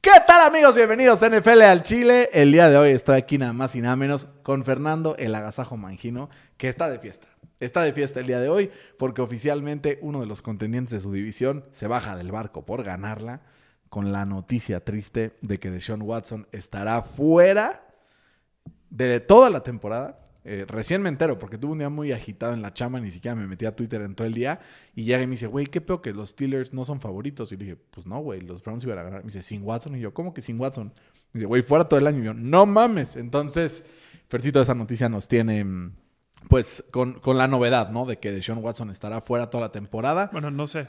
¿Qué tal amigos? Bienvenidos a NFL al Chile. El día de hoy estoy aquí nada más y nada menos con Fernando el Agasajo Mangino, que está de fiesta. Está de fiesta el día de hoy porque oficialmente uno de los contendientes de su división se baja del barco por ganarla con la noticia triste de que Deshaun Watson estará fuera de toda la temporada. Eh, recién me entero porque tuve un día muy agitado en la chama, ni siquiera me metí a Twitter en todo el día. Y llega y me dice, güey, qué peor que los Steelers no son favoritos. Y le dije, pues no, güey, los Browns iban a ganar. Me dice, sin Watson. Y yo, ¿cómo que sin Watson? Me dice, güey, fuera todo el año. Y yo, no mames. Entonces, Fercito, esa noticia nos tiene, mm, pues, con, con la novedad, ¿no? De que Deshaun Watson estará fuera toda la temporada. Bueno, no sé.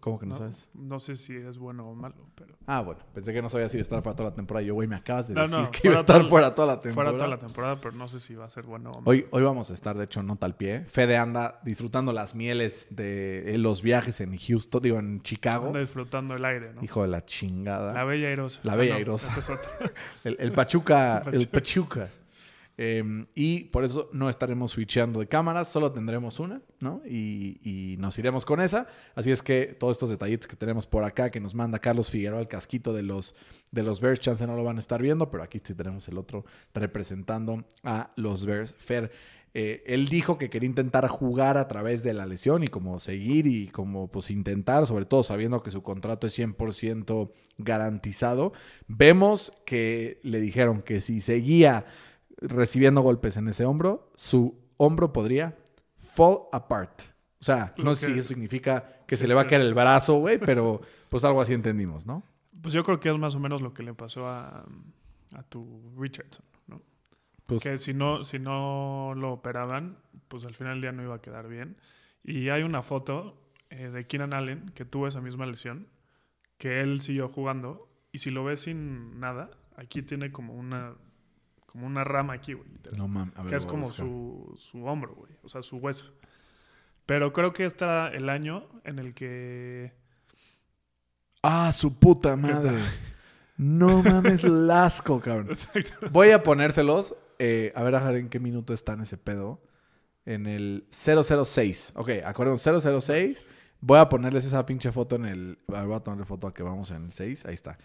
¿Cómo que no, No, sabes? no sé si es bueno o malo, pero Ah, bueno, pensé que no sabía si iba a estar fuera toda la temporada. Y Yo, güey, me acabas de No, decir no, que iba a fuera estar toda la- fuera toda la temporada. fuera toda la temporada, pero no sé si va a ser bueno o malo. Hoy, hoy vamos a estar, de hecho, no tal pie. Fede anda disfrutando las mieles de eh, los viajes en Houston, digo, en Chicago. Anda disfrutando el aire, ¿no? Hijo de la chingada. La bella airosa. La bella Ah, no, airosa. esa es otra. El, el Pachuca. El el Pachuca. Eh, y por eso no estaremos switcheando de cámaras, solo tendremos una, ¿no? Y, y nos iremos con esa. Así es que todos estos detallitos que tenemos por acá, que nos manda Carlos Figueroa, el casquito de los, de los Bears, chance no lo van a estar viendo, pero aquí sí tenemos el otro representando a los Bears. Fer, eh, él dijo que quería intentar jugar a través de la lesión y como seguir y como pues intentar, sobre todo sabiendo que su contrato es 100% garantizado. Vemos que le dijeron que si seguía recibiendo golpes en ese hombro, su hombro podría fall apart. O sea, no Lo sé que- si eso significa que se Sí, le va a sí. caer el brazo, güey, pero pues algo así entendimos, ¿no? Pues yo creo que es más o menos lo que le pasó a, a tu Richardson, ¿no? Pues- que si no, si no lo operaban, pues al final del día no iba a quedar bien. Y hay una foto eh, de Keenan Allen que tuvo esa misma lesión, que él siguió jugando, y si lo ves sin nada, aquí tiene como una, como una rama aquí, güey, literal. No mames. a ver, que es lo voy a como buscar. su, su hombro, güey. O sea, su hueso. Pero creo que este era el año en el que. Ah, su puta madre. No mames, lasco, cabrón. Voy a ponérselos. eh, a ver, a ver en qué minuto están ese pedo. En el 006. Ok, acuérdense, 006. Voy a ponerles esa pinche foto en el. a ver, Voy a poner foto a que vamos en el 6. Ahí está.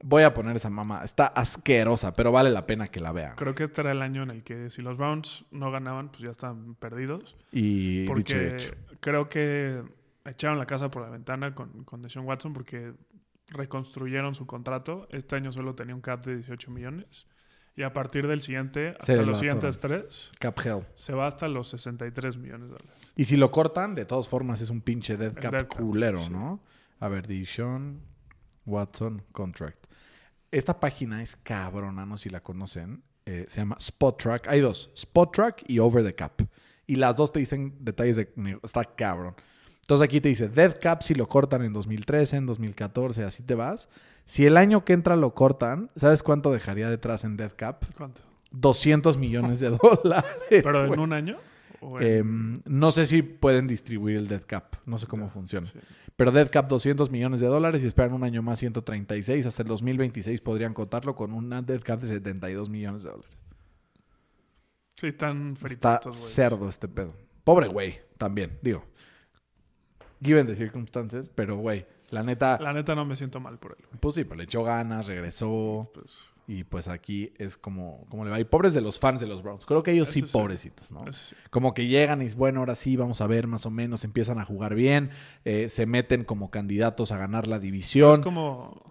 Voy a poner esa mamá. Está asquerosa, pero vale la pena que la vean. Creo que este era el año en el que si los Browns no ganaban, pues ya estaban perdidos. Y dicho y Porque hecho. creo que echaron la casa por la ventana con, con Deshaun Watson porque reconstruyeron su contrato. Este año solo tenía un cap de 18 millones. Y a partir del siguiente, hasta le los mataron. siguientes tres, Cap Hell. se va hasta los 63 millones de dólares. Y si lo cortan, de todas formas es un pinche dead El cap dead cap, culero, sí. ¿no? A ver, Dishon Watson Contract. Esta página es cabrona, no sé si la conocen. Eh, se llama Spot Track. Hay dos, Spot Track y Over the Cap. Y las dos te dicen detalles de... nego- Está cabrón. Entonces aquí te dice, Dead Cap si lo cortan en 2013, en 2014, así te vas. Si el año que entra lo cortan, ¿sabes cuánto dejaría detrás en Dead Cap? ¿Cuánto? 200 millones de dólares. ¿Pero güey. en un año? ¿O en- Eh, no sé si pueden distribuir el dead cap. No sé cómo Ya, funciona. sí. Pero dead cap 200 millones de dólares y esperan un año más 136. Hasta el 2026 podrían contarlo con una dead cap de 72 millones de dólares. Sí, están Está fritos, güey. cerdo este pedo. Pobre güey, también, digo. Given the circumstances, pero güey, la neta, La neta no me siento mal por él, güey. pues sí, pero le echó ganas, regresó. Pues, Y pues aquí es como, como le va. Y pobres de los fans de los Browns. Creo que ellos sí, Eso sí. pobrecitos, ¿no? es- Como que llegan y es bueno, ahora sí, vamos a ver más o menos, empiezan a jugar bien, eh, se meten como candidatos a ganar la división. es como...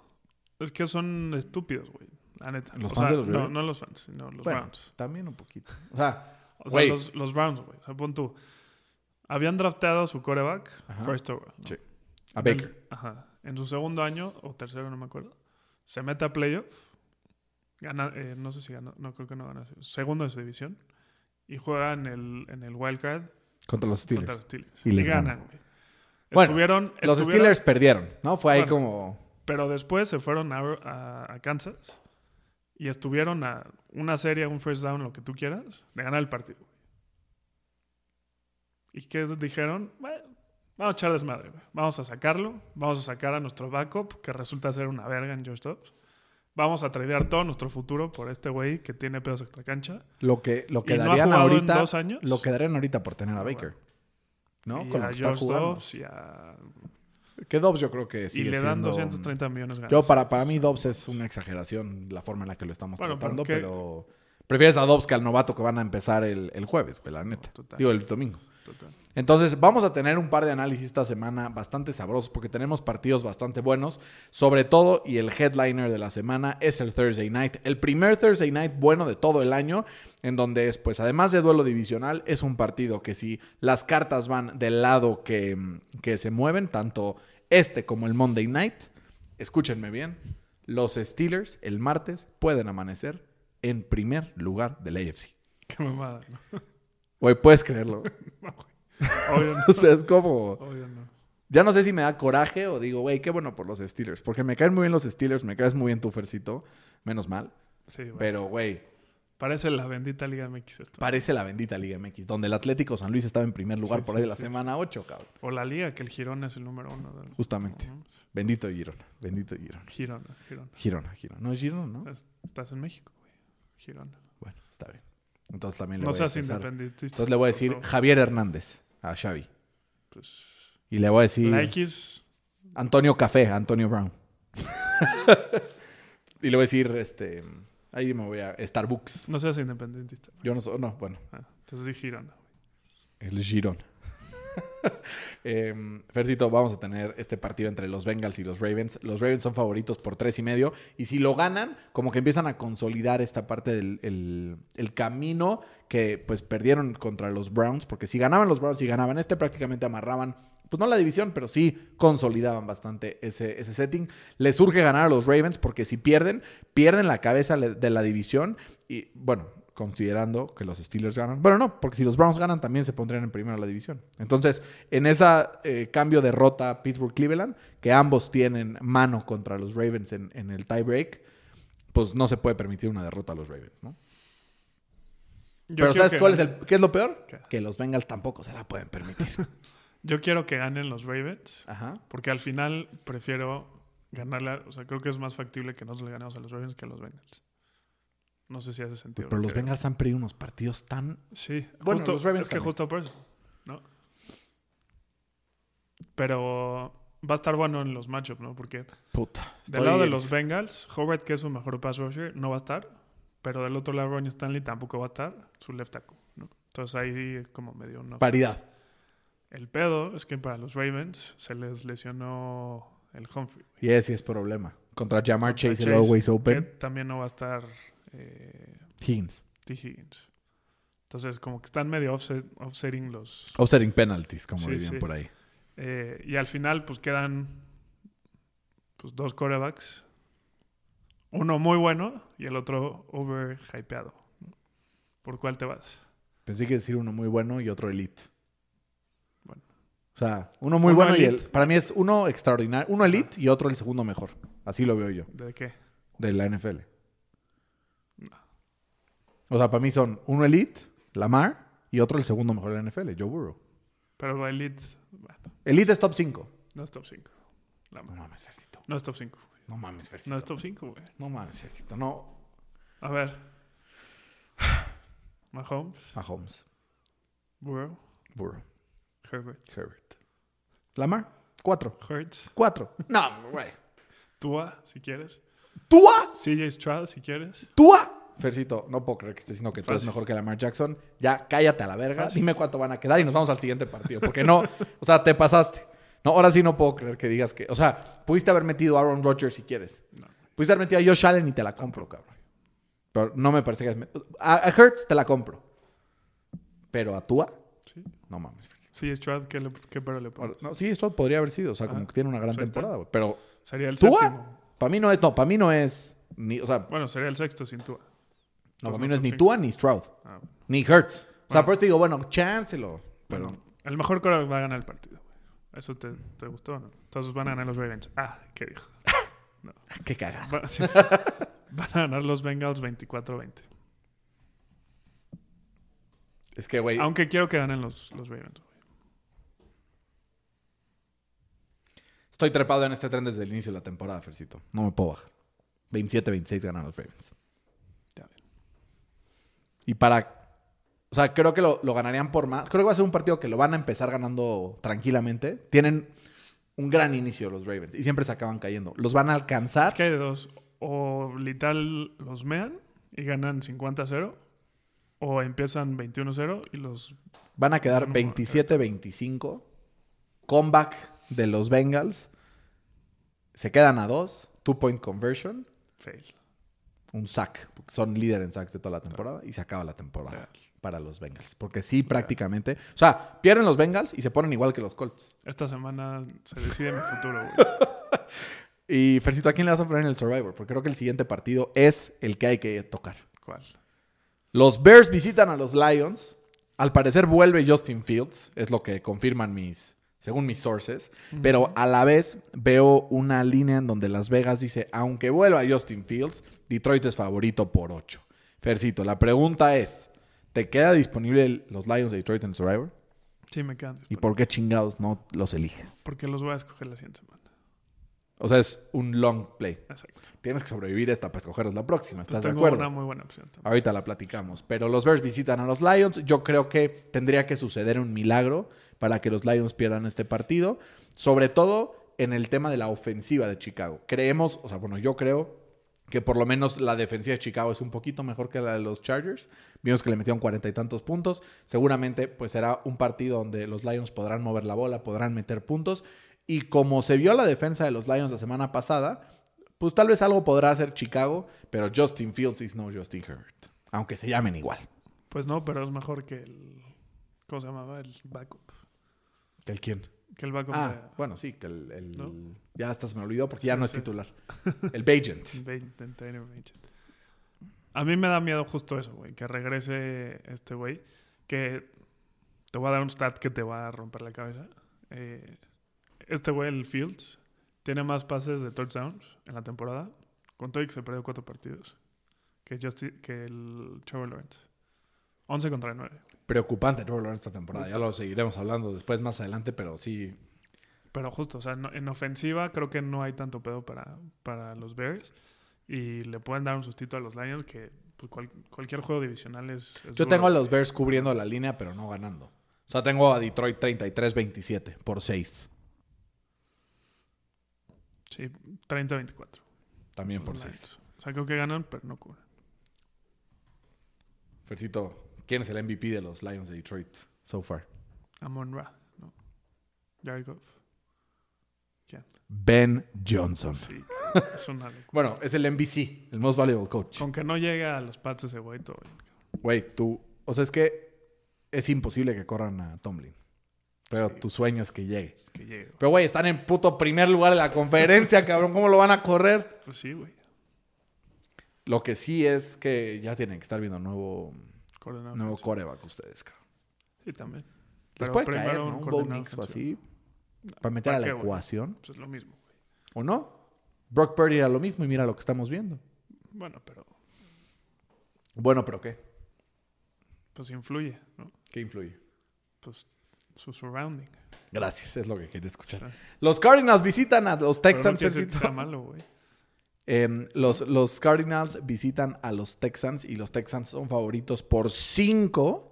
Es que son estúpidos, güey. La neta. ¿Los O fans sea, de los no, Ravens? no los fans, sino los Bueno, Browns. También un poquito. O sea, O güey. sea, los, los Browns, güey. O sea, pon tú. Habían draftado a su coreback, Ajá. first over. ¿no? Sí. a Baker. En- ajá. En su segundo año, o tercero, no me acuerdo, se mete a playoff. Gana, eh, no sé si ganó, no creo que no ganó. Segundo de su división. Y juega en el, en el wild card Contra los Steelers. contra los Steelers. Y Y, les ganan, güey. Bueno, Estuvieron- Los estuvieron- Steelers perdieron, ¿no? Fue ahí Bueno. como... Pero después se fueron a, a- a Kansas y estuvieron a una serie, un first down, lo que tú quieras, de ganar el partido. ¿Y qué dijeron? Bueno, vamos a echar desmadre, güey. vamos a sacarlo, vamos a sacar a nuestro backup, que resulta ser una verga en Josh Dobbs. Vamos a tradear todo nuestro futuro por este güey que tiene pedos extra cancha. Lo que, lo que ¿Y no ha darían jugado en ahorita... dos años? Lo que darían ahorita por tener a Ah, Baker. ¿No? y Con a lo que está Josh jugando. Dobbs y a Que Dobbs yo creo que y sigue le dan siendo- 230 millones ganados. Yo, para, para mí, Dobbs es una exageración la forma en la que lo estamos Bueno, tratando, porque- pero prefieres a Dobbs que al novato que van a empezar el, el jueves, güey, la neta. Total. Digo, el domingo. Total. Entonces, vamos a tener un par de análisis esta semana bastante sabrosos porque tenemos partidos bastante buenos. Sobre todo, y el headliner de la semana es el Thursday Night. El primer Thursday Night bueno de todo el año, en donde es, pues, además de duelo divisional, es un partido que si las cartas van del lado que, mm, que se mueven, tanto este como el Monday Night, escúchenme bien, los Steelers el martes pueden amanecer en primer lugar del AFC. Qué mamada. ¿no? Güey, puedes creerlo. No, güey. Obvio o no. sea, es como... Obvio no. Ya no sé si me da coraje o digo, güey, qué bueno por los Steelers. Porque me caen muy bien los Steelers, me caes muy bien tu Fercito. Menos mal. Sí, güey. Pero, güey, Parece la bendita Liga MX esto. parece la bendita Liga MX, donde el Atlético San Luis estaba en primer lugar Sí, por sí, ahí de la sí, semana 8, cabrón. O la Liga, que el Girona es el número uno. del- Justamente. Ujú. Bendito Girona, bendito Girona. Girona, Girona. Girona, Girona. No es Girona, ¿no? Es- Estás en México, güey. Girona. Bueno, está bien. Entonces también le No voy a seas empezar- independentista. Entonces le voy a por decir favor. Javier Hernández a Xavi. Pues, Y le voy a decir La X, Antonio Café, Antonio Brown. y le voy a decir, este... Ahí me voy a... Starbucks. no seas independentista. Yo no soy... No, bueno. Ah, entonces di Girona. güey. El Girón. Em, Fercito, vamos a tener este partido entre los Bengals y los Ravens. Los Ravens son favoritos por tres y medio. Y si lo ganan, como que empiezan a consolidar esta parte del el- el camino que pues perdieron contra los Browns. Porque si ganaban los Browns y ganaban este, prácticamente amarraban, pues no la división, pero sí consolidaban bastante ese, ese setting. Les surge ganar a los Ravens porque si pierden, pierden la cabeza le- de la división. Y bueno, considerando que los Steelers ganan. Bueno, no, porque si los Browns ganan también se pondrían en primero en la división. Entonces, en ese cambio derrota Pittsburgh-Cleveland, que ambos tienen mano contra los Ravens en, en el tiebreak, pues no se puede permitir una derrota a los Ravens, ¿no? Yo Pero quiero ¿sabes que cuál es, ganen- el, qué es lo peor? ¿Qué? Que los Bengals tampoco se la pueden permitir. Yo quiero que ganen los Ravens. Ajá. Porque al final prefiero ganarla. O sea, creo que es más factible que nosotros le ganemos a los Ravens que a los Bengals. No sé si hace Pues, sentido. Pero lo los que digo. Bengals han perdido unos partidos tan... Sí. Bueno, justo- los Ravens Es que también. justo por eso. ¿No? Pero va a estar bueno en los matchups, ¿no? Porque Puta. del lado de estoy- los Bengals, Howard, que es su mejor pass rusher, no va a estar. Pero del otro lado, Ronnie Stanley tampoco va a estar. Su left tackle, ¿no? Entonces ahí como medio no. Paridad. El pedo es que para los Ravens se les lesionó el Humphrey. Y ese sí es problema. Contra Jamar Contra Chase, el Chase, Always que Open. también no va a estar eh, Higgins. T. Higgins. Entonces, como que están medio offset- offsetting los. Offsetting penalties, como Sí, dirían sí. por ahí. eh, y al final, pues quedan pues, dos corebacks. Uno muy bueno y el otro overhypeado. ¿Por cuál te vas? Pensé que iba a decir uno muy bueno y otro elite. Bueno. O sea, uno muy Uno bueno y elite. el. Para mí es uno extraordinario. Uno elite y otro el segundo mejor. Así lo veo yo. ¿De qué? De la NFL. O sea, para mí son uno elite, Lamar, y otro el segundo mejor de la NFL, Joe Burrow. Pero by lead, bueno, Elite es top 5. no es top 5. La No madre. mames, Fercito. No es top 5. No mames, Fercito. No es top 5, güey. No mames, Fercito. No. A ver. Mahomes, Mahomes, Burrow, Burrow, Herbert, Herbert. Lamar, 4. Hurts, 4. No, güey. Tua, si quieres. ¿Tua? CJ Stroud, si quieres. ¿Tua? Fercito, no puedo creer que estés diciendo que tú eres Fácil. mejor que Lamar Jackson. Ya cállate a la verga. Fácil. Dime cuánto van a quedar y nos vamos al siguiente partido. Porque no, o sea, te pasaste. No, ahora sí no puedo creer que digas que. O sea, pudiste haber metido a Aaron Rodgers si quieres. No. Pudiste haber metido a Josh Allen y te la compro, cabrón. Pero no me parece que es. A, a Hertz te la compro. Pero a Tua, Sí. no mames, Fercito. CJ Stroud, ¿qué, le, qué pero le Ahora, pones? No, sí, esto podría haber sido. O sea, como Ah, que tiene una gran pues ahí está. temporada, güey. Pero Sería el ¿Tua? séptimo. para mí no es. No, para mí no es. Ni, o sea, Bueno, sería el sexto sin Tua. no, para pues mí no no es son ni cinco. Tua ni Stroud. Ah, bueno. Ni Hurts. O sea, Bueno. por eso te digo, bueno, cháncelo. Pero Bueno, el mejor coreback va a ganar el partido. güey. Eso te, te gustó, ¿no? Entonces van a ganar los Ravens. Ah, ¿qué dijo? qué cagada. Va- sí. van a ganar los Bengals 24-20. Es que, güey, Aunque quiero que ganen los, los Ravens. güey. estoy trepado en este tren desde el inicio de la temporada, Fercito. No me puedo bajar. 27-26 ganan los Ravens. Ya ven. Y para... O sea, creo que lo, lo ganarían por más. Creo que va a ser un partido que lo van a empezar ganando tranquilamente. Tienen un gran inicio los Ravens y siempre se acaban cayendo. Los van a alcanzar. Es que hay de dos. O literal los mean y ganan 50-0. O empiezan 21-0 y los... Van a quedar No, no, 27-25. Comeback de los Bengals. Se quedan a dos. Two point conversion. Fail. Un sack. porque Son líder en sacks de toda la temporada. Y se acaba la temporada para los Bengals. Porque sí, prácticamente. O sea, pierden los Bengals y se ponen igual que los Colts. Esta semana se decide mi futuro, güey. Y Fercito, ¿a quién le vas a poner en el Survivor? Porque creo que el siguiente partido es el que hay que tocar. ¿Cuál? Los Bears visitan a los Lions. Al parecer vuelve Justin Fields, es lo que confirman mis, según mis sources. Pero a la vez veo una línea en donde Las Vegas dice, aunque vuelva Justin Fields, Detroit es favorito por 8. Fercito, la pregunta es, ¿te queda disponible el- los Lions de Detroit en Survivor? Sí, me quedan. ¿Y disponibles. por qué chingados no los eliges? Porque los voy a escoger la siguiente semana. O sea, es un long play. Exacto. Pues Tienes que sobrevivir esta para escogeros la próxima, ¿estás de tengo acuerdo? una muy buena opción también. Ahorita la platicamos. Pero los Bears visitan a los Lions. Yo creo que tendría que suceder un milagro para que los Lions pierdan este partido. Sobre todo en el tema de la ofensiva de Chicago. Creemos, o sea, bueno, yo creo que por lo menos la defensiva de Chicago es un poquito mejor que la de los Chargers. Vimos que le metieron cuarenta y tantos puntos. Seguramente pues será un partido donde los Lions podrán mover la bola, podrán meter puntos. Y como se vio la defensa de los Lions la semana pasada, pues tal vez algo podrá hacer Chicago, pero Justin Fields is no Justin Herbert. Aunque se llamen igual. Pues no, pero es mejor que el... ¿Cómo se llamaba? El backup. ¿Que el quién? Que el backup Ah, de... bueno, sí, que el... el- ¿No? Ya hasta se me olvidó porque ya Sí, no es sí. titular. El Bagent. Vein- de Tanner Machett. A mí me da miedo justo eso, güey. Que regrese este güey. Que te voy a dar un stat que te va a romper la cabeza. Eh, este güey, el Fields, tiene más pases de touchdowns en la temporada. Con todo y que se perdió cuatro partidos. Que, Justi- que el Trevor Lawrence. 11 contra 9. Preocupante Trevor Lawrence esta temporada. Ya lo seguiremos hablando después, más adelante, pero sí... Pero justo, o sea, no- en ofensiva creo que no hay tanto pedo para, para los Bears. Y le pueden dar un sustito a los Lions que pues, cual- cualquier juego divisional es, es Yo duro. tengo a los Bears cubriendo la línea, pero no ganando. O sea, tengo a Detroit 33-27 por 6. Sí, 30-24. También por Los 6. Lions. O sea, creo que ganan, pero no cubren. Fercito, ¿quién es el MVP de los Lions de Detroit so far? Amon Ra, ¿no? Jared Goff. ¿Quién? Ben Johnson. Sí, es una locura. Bueno, es el MVC, el Most Valuable Coach. Con que no llegue a los Pats ese güey, todo bien. Güey, tú. O sea, es que es imposible que corran a Tomlin. Pero Sí. tu sueño es que llegue. Es que llegue. güey. Pero, güey, están en puto primer lugar de la conferencia, cabrón. ¿Cómo lo van a correr? Pues sí, güey. Lo que sí es que ya tienen que estar viendo nuevo, Coordenador. nuevo ofensivo. coreback ustedes, cabrón. Sí, también. Les Pero puede primero caer, ¿no? un Un Bo coordinador Nix o ofensivo. así. Para meter a ¿para la qué, güey? ecuación. Pues es lo mismo, güey. ¿O no? Brock Purdy era lo mismo y mira lo que estamos viendo. Bueno, pero Bueno, pero ¿qué? pues influye, ¿no? ¿Qué influye? Pues su surrounding. Gracias, es lo que quería escuchar. Ah. Los Cardinals visitan a los Pero no Texans. quiere decir que Fercito. sea malo, güey. Em, los, los Cardinals visitan a los Texans y los Texans son favoritos por 5.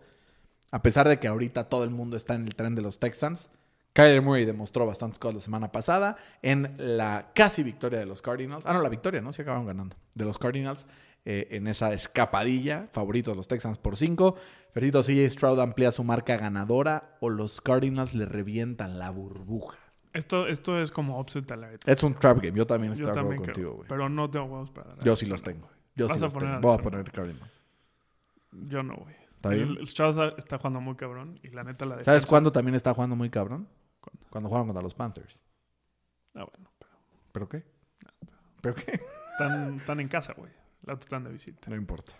A pesar de que ahorita todo el mundo está en el tren de los Texans. Kyler Murray demostró bastantes cosas la semana pasada en la casi victoria de los Cardinals. Ah, no, la victoria, ¿no? Se acabaron ganando. De los Cardinals eh, en esa escapadilla. Favoritos los Texans por 5. Fertito CJ Stroud amplía su marca ganadora o los Cardinals le revientan la burbuja. Esto, esto es como offset a la vez. Es un trap game. Yo también estoy Yo de acuerdo también creo, contigo, güey. Pero no tengo huevos para dar. Yo sí los tengo. Yo Vas sí a los poner tengo. a Voy a Arizona. poner Cardinals. Yo no, güey. ¿Está bien? El, el Stroud está jugando muy cabrón y la neta la defensa... ¿Sabes cuándo también está jugando muy cabrón? ¿Cuándo? Cuando jugaron contra los Panthers. Ah, bueno. Pero Ah, ¿Pero qué? ¿Pero qué? están, están en casa, güey. La otra están de visita. No importa.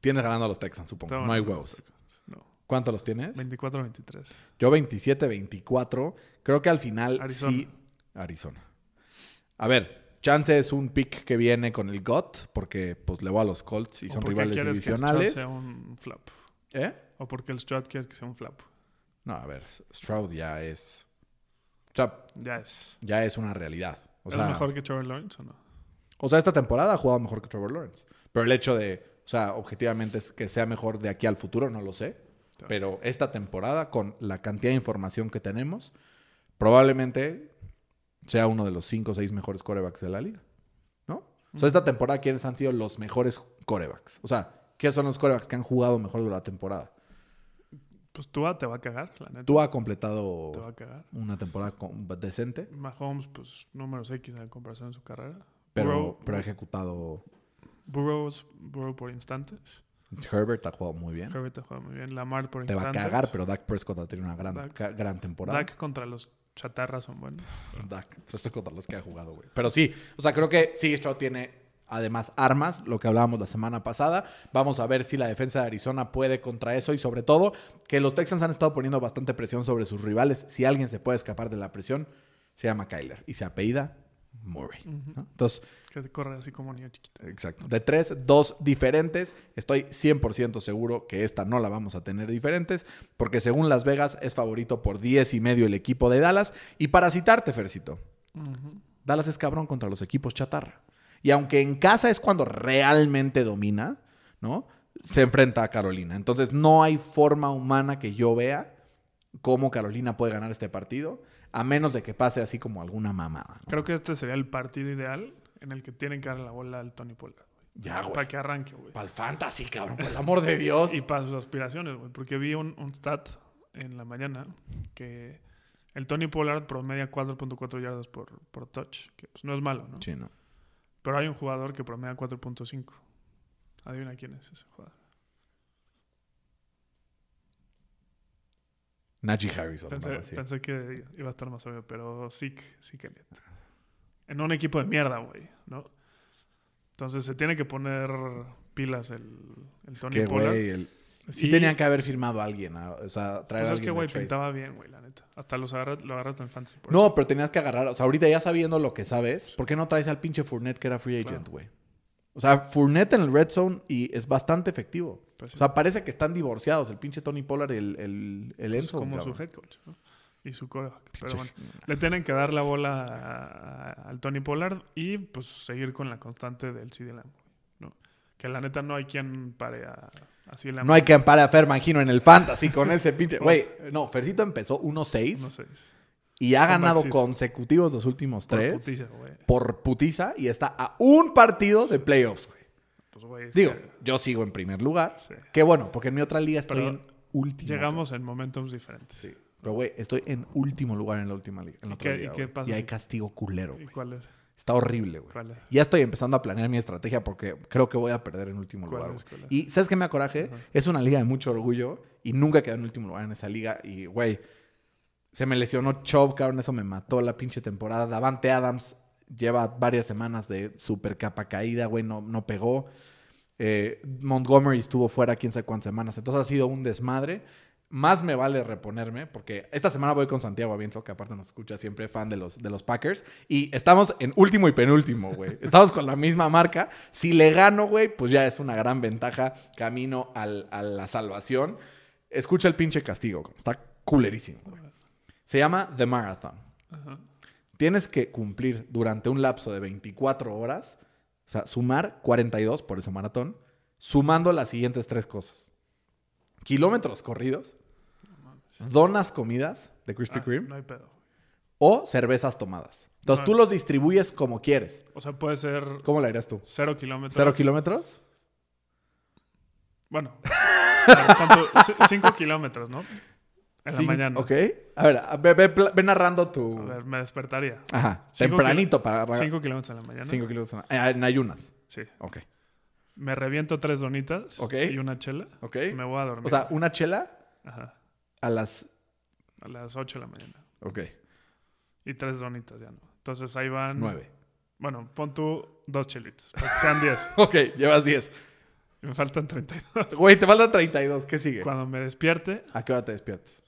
Tienes ganando a los Texans, supongo. Estaban no hay en los huevos. Texans. No. ¿Cuántos los tienes? 24-23. Yo 27, 24. Creo que al final Arizona. sí. Arizona. A ver, Chance es un pick que viene con el GOT, porque pues le va a los Colts y ¿O son por qué rivales quieres que el Stroud divisionales. sea un flap. ¿Eh? O porque el Stroud quieres que sea un flap. No, a ver, Stroud ya es. O sea, Ya es. ya es una realidad. O sea, ¿Es mejor que Trevor Lawrence o no? O sea, esta temporada ha jugado mejor que Trevor Lawrence. Pero el hecho de, o sea, objetivamente es que sea mejor de aquí al futuro, no lo sé. Pero esta temporada, con la cantidad de información que tenemos, probablemente sea uno de los cinco o seis mejores corebacks de la liga. ¿No? O sea, esta temporada, ¿quiénes han sido los mejores corebacks? O sea, ¿quiénes son los corebacks que han jugado mejor de la temporada? Pues Tua te va a cagar, la neta. Tú ha Te va completado a cagar. una temporada con- decente, Mahomes, pues números X en comparación en su carrera. pero, Burrow- pero ha ejecutado. Burrows, Burrow por instantes. Herbert ha jugado muy bien. Herbert ha jugado muy bien. Lamar por Te va a instantes. cagar, pero Dak Prescott ha tenido una gran, Dak- ca- gran temporada. Dak contra los chatarras son buenos. Dak. Pues estoy contra los que ha jugado, güey. Pero sí, o sea, creo que sí, Stroud tiene además armas, lo que hablábamos la semana pasada. Vamos a ver si la defensa de Arizona puede contra eso y sobre todo que los Texans han estado poniendo bastante presión sobre sus rivales. Si alguien se puede escapar de la presión, se llama Kyler y se apellida Murray. ¿no? Entonces, Que corre así como niño chiquito. Exacto. De tres, dos diferentes. Estoy 100% seguro que esta no la vamos a tener diferentes, porque según Las Vegas es favorito por 10 y medio el equipo de Dallas. Y para citarte, Fercito, Dallas es cabrón contra los equipos chatarra. Y aunque en casa es cuando realmente domina, ¿no? Se enfrenta a Carolina. Entonces no hay forma humana que yo vea cómo Carolina puede ganar este partido, a menos de que pase así como alguna mamada. ¿no? Creo que este sería el partido ideal en el que tienen que darle la bola al Tony Pollard. güey. Ya, güey. Para que arranque, güey. Para el fantasy, cabrón, por el amor de Dios. Y para sus aspiraciones, güey. Porque vi un, un stat en la mañana que el Tony Pollard promedia 4.4 yardas por, por touch. Que pues no es malo, ¿no? Sí, ¿no? Pero hay un jugador que promedia 4.5. Adivina quién es ese jugador. Najee Harris. o algo Pensé, así. pensé que iba a estar más obvio, pero sí, que- sí que Elliot. En un equipo de mierda, güey, ¿no? Entonces se tiene que poner pilas el, el Tony Que, Pollard. güey, el- sí Y- tenían que haber firmado a alguien. a- O sea, traer a Pues es alguien que, de güey, trade. pintaba bien, güey, la neta. Hasta los agarras, lo agarraste en fantasy. por No, pero tenías que agarrar. O sea, ahorita ya sabiendo lo que sabes, ¿por qué no traes al pinche Fournette que era free Claro. agent, güey? O sea, Fournette en el red zone y es bastante efectivo. Pues sí. O sea, parece que están divorciados el pinche Tony Pollard y el, el, el eso. Es Enzo. Pues como cabrón. su head coach, ¿no? Y su coreback. Pero bueno, le tienen que dar la bola a- a- al Tony Pollard y pues seguir con la constante del CD Lamb, güey, ¿no? Que la neta no hay quien pare a, a CD Lamb. No hay que amparar a Fer Mangino en el fantasy con ese pinche. Güey, no, Fercito empezó 1-6 No sé. y ha Con ganado Maxis. consecutivos los últimos Por tres putiza, güey. por putiza y está a un partido de playoffs, güey. Pues, güey, es Digo, que yo sigo en primer lugar. Sí. Qué bueno, porque en mi otra liga estoy Pero en último. llegamos en momentos diferentes. Sí. Pero, güey, estoy en último lugar en la última liga. en la ¿Y otra qué- liga, y qué güey. pasa Y hay si- castigo culero, ¿Y güey. cuál es? Está horrible, güey. ¿Cuál es? Ya estoy empezando a planear mi estrategia porque creo que voy a perder en último ¿Cuál lugar. es? güey. ¿Cuál es? Y ¿sabes qué me acoraje? Es una liga de mucho orgullo y nunca quedé en último lugar en esa liga. Y, güey, se me lesionó Chubb, cabrón. Eso me mató la pinche temporada. Davante Adams lleva varias semanas de super capa caída, güey. No, no pegó. Eh, Montgomery estuvo fuera quién sabe cuántas semanas. Entonces ha sido un desmadre. Más me vale reponerme porque esta semana voy con Santiago Avienzo, que aparte nos escucha siempre, fan de los, de los Packers. Y estamos en último y penúltimo, güey. Estamos con la misma marca. Si le gano, güey, pues ya es una gran ventaja camino al- a la salvación. Escucha el pinche castigo. cabrón. Está culerísimo, güey. Se llama The Marathon. Ajá. Tienes que cumplir durante un lapso de 24 horas, o sea, sumar 42, por eso maratón, sumando las siguientes tres cosas. Kilómetros corridos, donas comidas de Krispy Ah, Kreme no hay pedo. o cervezas tomadas. Entonces tú Bueno. los distribuyes como quieres. O sea, puede ser ¿Cómo la harías tú? cero kilómetros. ¿Cero kilómetros? Bueno, pero ¿cuánto? C- cinco kilómetros, ¿no? En Sí, la mañana. Ok. A ver, a- ve, ve pla- ve narrando tu... A ver, me despertaría. Ajá. Cinco Tempranito para... para- Cinco kilómetros en la mañana. cinco kilómetros. en- Ah, En ayunas. Sí. Ok. Me reviento tres donitas Ok. y una chela. Ok. Me voy a dormir. O sea, una chela Ajá. a las... A las ocho de la mañana. Ok. Y tres donitas ya Ah, no. Entonces ahí van. Nueve. Bueno, pon tú dos chelitas. Para que sean diez. Ok, llevas 10. Y me faltan 32. Güey, te faltan 32. ¿Qué sigue? Cuando me despierte, ¿A qué hora te despiertas?